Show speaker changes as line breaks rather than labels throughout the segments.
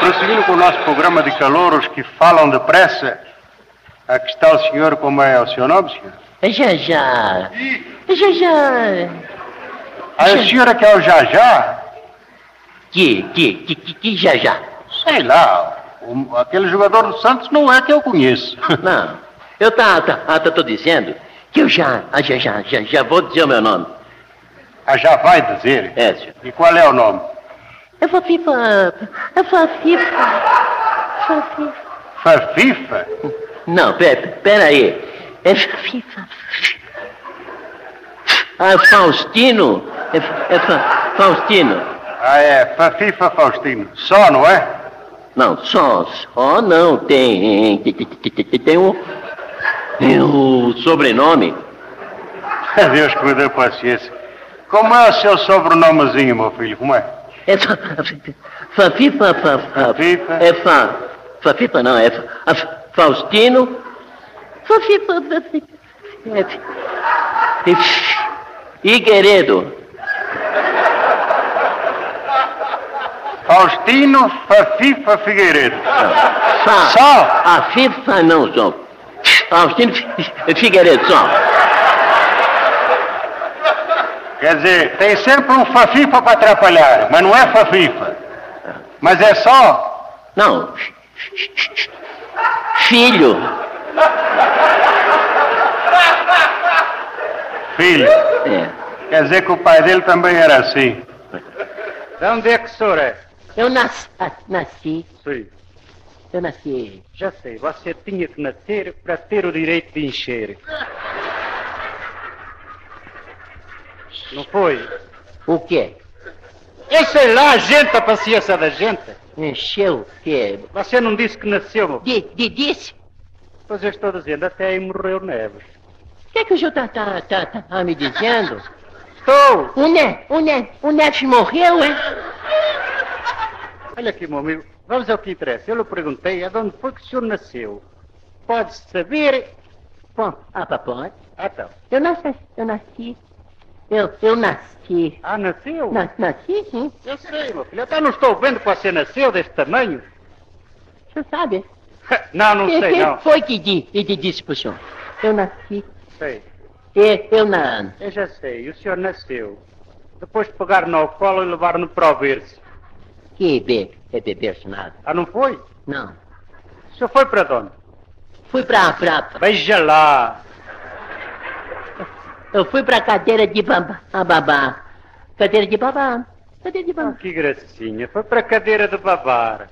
Prosseguindo com o nosso programa de calouros que falam depressa, aqui está o senhor, como é o seu nome, senhor?
É Jajá. É Jajá.
Ah, o senhor é que é o Jajá?
Que, que, que, que, que Jajá?
Sei lá, o- aquele jogador do Santos não é que eu conheço.
Não. Eu tá, tá, ah, tá, tô dizendo que eu já, ah, já, já, já, já vou dizer o meu nome.
Ah, já vai dizer.
É, senhor.
E qual é o nome?
Eu vou fifa, eu vou fifa, vou fifa.
Fafifa?
Não, pera, pera aí. É fifa. Ah, Faustino. É, é fa, Faustino.
Ah, é Fafifa Faustino. Só, não é?
Não, só, só não tem, tem um, tem um sobrenome.
Deus que me deu paciência. Como é o seu sobrenomezinho, meu filho? Como é?
É fa, Fafifa, fa, fa,
Fafifa.
é fa, Fafifa não, é fa, a fa- Faustino. Fafifa, Fafifa, é, fi- e fi- e querido,
Faustino Fafifa Figueiredo.
fa,
Só?
a FIFA não, só, Faustino Fi- Figueiredo, só.
Quer dizer, tem sempre um Fafifa para atrapalhar, mas não é Fafifa. Mas é só.
Não, filho,
Filho.
é.
Quer dizer que o pai dele também era assim. De onde é que o senhor é?
Eu nasci, ah, nasci,
Sim,
eu nasci.
já sei. Você tinha que nascer para ter o direito de encher. Não foi?
O quê?
Eu sei lá, gente, a paciência da gente.
Encheu o quê?
Você não disse que nasceu, meu
De, de, disse?
Pois eu estou dizendo, até aí morreu Neves.
O que é que o senhor tá, tá, tá, tá, tá me dizendo?
Estou!
O, ne, o, ne, o Neves morreu, é? hein?
Olha aqui, meu amigo, vamos ao que interessa. Eu lhe perguntei a onde foi que o senhor nasceu. Pode saber?
Bom, ah, papai,
Ah, então.
eu nasci, eu nasci, eu, eu nasci,
Ah, nasceu?
Na, nasci sim,
Eu sei, meu filho. Eu até não estou vendo que você nasceu desse tamanho.
o senhor sabe?
Não, não
Quem-
sei,
quem
não.
foi que di, e te disse pro senhor? Eu nasci,
Sei.
eu, eu na...
Eu já sei. O senhor nasceu. Depois de pegar no colo e levar-no para o berço.
Que be, é beber nada,
Ah, não foi?
não.
O senhor foi para onde?
Fui pra, pra, pra
Veja lá.
Eu fui pra cadeira de babá. a babá. Cadeira de babá. Cadeira de
Ah,
babá.
que gracinha. Foi para a cadeira de babar.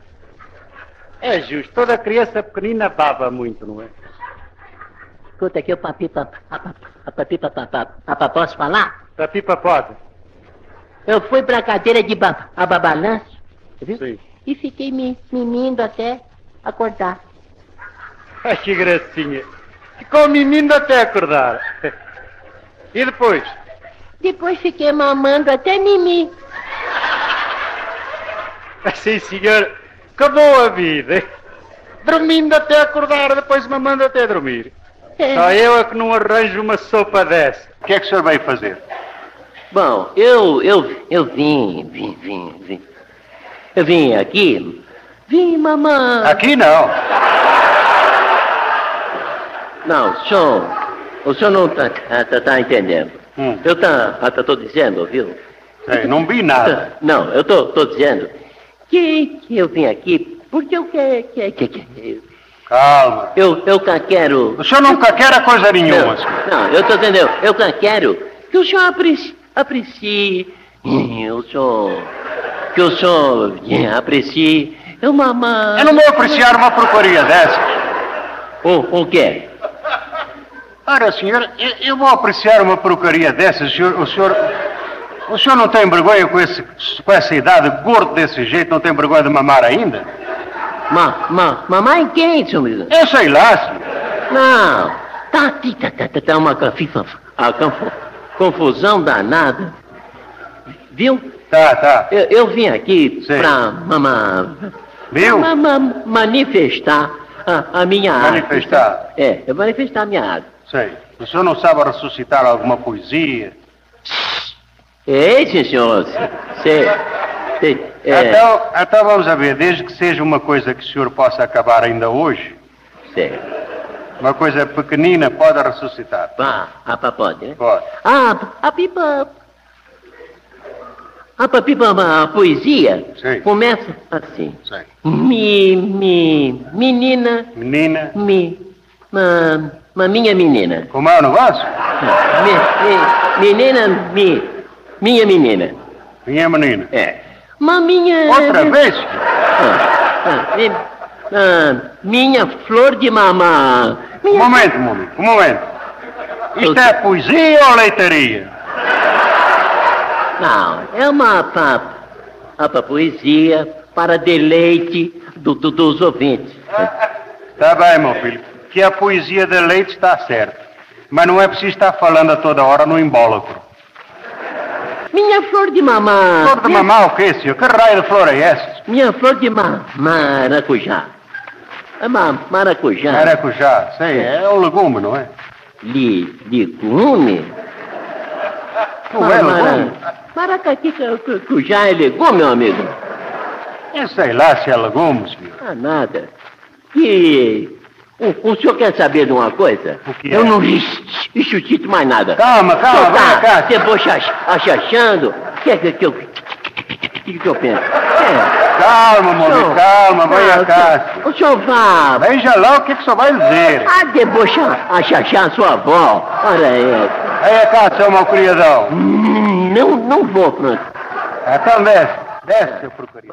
É justo. Toda criança pequenina baba muito, não é?
Escuta aqui, o papi, papá. Papi, papá, papá. Posso falar?
Da pipa pode?
Eu fui pra cadeira de babá. A babalanço. Viu?
Sim.
E fiquei me mimindo até acordar.
Ah, que gracinha. Ficou mimindo até acordar. E depois?
Depois fiquei mamando até mimi.
Sim, senhor. Acabou a vida. Dormindo até acordar, depois mamando até dormir.
É.
Só eu é que não arranjo uma sopa dessa. O que é que o senhor vai fazer?
Bom, eu, eu, eu vim, vim, vim, vim. Eu vim aqui. Vim, mamãe.
Aqui não.
Não, o senhor, o senhor não tá, tá, tá- tá entendendo. Hum. Eu estou dizendo, viu?
É, não vi nada.
Tá. Não, eu estou dizendo que, que eu vim aqui porque eu quero. Que, que, que,
Calma.
eu, eu ca- quero.
O senhor não quer coisa nenhuma,
não,
é senhor.
não, eu estou dizendo, eu- eu ca- quero que o senhor aprecie. aprecie hum, eu sou. Que o senhor eh, aprecie. Uma, uma,
Eu não vou apreciar uma porcaria dessa.
O, o quê?
Ora, senhor, eu, eu vou apreciar uma porcaria dessa, senhor. O senhor. O senhor não tem vergonha com, esse, com essa idade, gordo desse jeito, não tem vergonha de mamar ainda?
Ma, ma, mamãe quem, senhor? Miranda?
Eu sei lá, senhor.
Não, tá, tá, tá, tá, tá uma confi- a confu- confusão danada. Viu?
Tá, tá.
Eu, eu vim aqui
Sei.
pra mama,
Viu?
ma- ma- manifestar a, a minha
Manifestar.
arte. É, eu manifestar a minha arte.
Sei. O senhor não sabe ressuscitar alguma poesia?
Ei, sim, senhor. Cê, cê- é,
Então, então vamos a ver, desde que seja uma coisa que o senhor possa acabar ainda hoje,
cê,
uma coisa pequenina pode ressuscitar.
pá, a papote, né?
Pode.
Ah, a pipa. A pa- pipa, a é poesia
Sim.
começa assim.
Sei.
Mi, mi, menina,
Menina.
mi, ma, ma minha menina.
Como é o negócio?
Mi, mi, menina, mi, minha menina.
Minha menina.
É. Ma minha...
Outra vez?
Ah, ah, mi- ah, minha flor de mamá.
Um
Minha...
momento, um momento, um momento. Isto é poesia ou leitaria?
Não, é uma pa, pa poesia para deleite do, do- dos ouvintes.
Está Tá bem, meu filho. Que a poesia de leite está certo. Mas não é preciso estar falando a toda hora no embólogo.
Minha flor de mamá.
Flor de
minha-
mamar o quê, senhor? Que raio de flor é essa?
Minha flor de ma maracujá. É ma maracujá.
Maracujá. Sei, Ah. é um legume, não é?
Li legume?
Não é legume?
Maracujá é legume, meu amigo?
Eu sei lá se é legume, senhor.
Ah, nada. E o, o senhor quer saber de uma coisa?
O que é?
Eu não ixi, ixi, ixi, mais nada.
Calma, calma,
Então tá,
vem cá.
Você poxa achachando. O que é que, que eu. que, que eu penso? É,
Calma, meu
senhor-
filho, calma, venha
Ah,
cá. senhor.
O senhor vá
Veja lá o que, que o senhor vai dizer.
a debochar, a chachar sua avó. Olha aí.
Venha cá, seu mau criadão.
Hum, Não, não vou, Franco.
Então desce, desce, seu porcaria.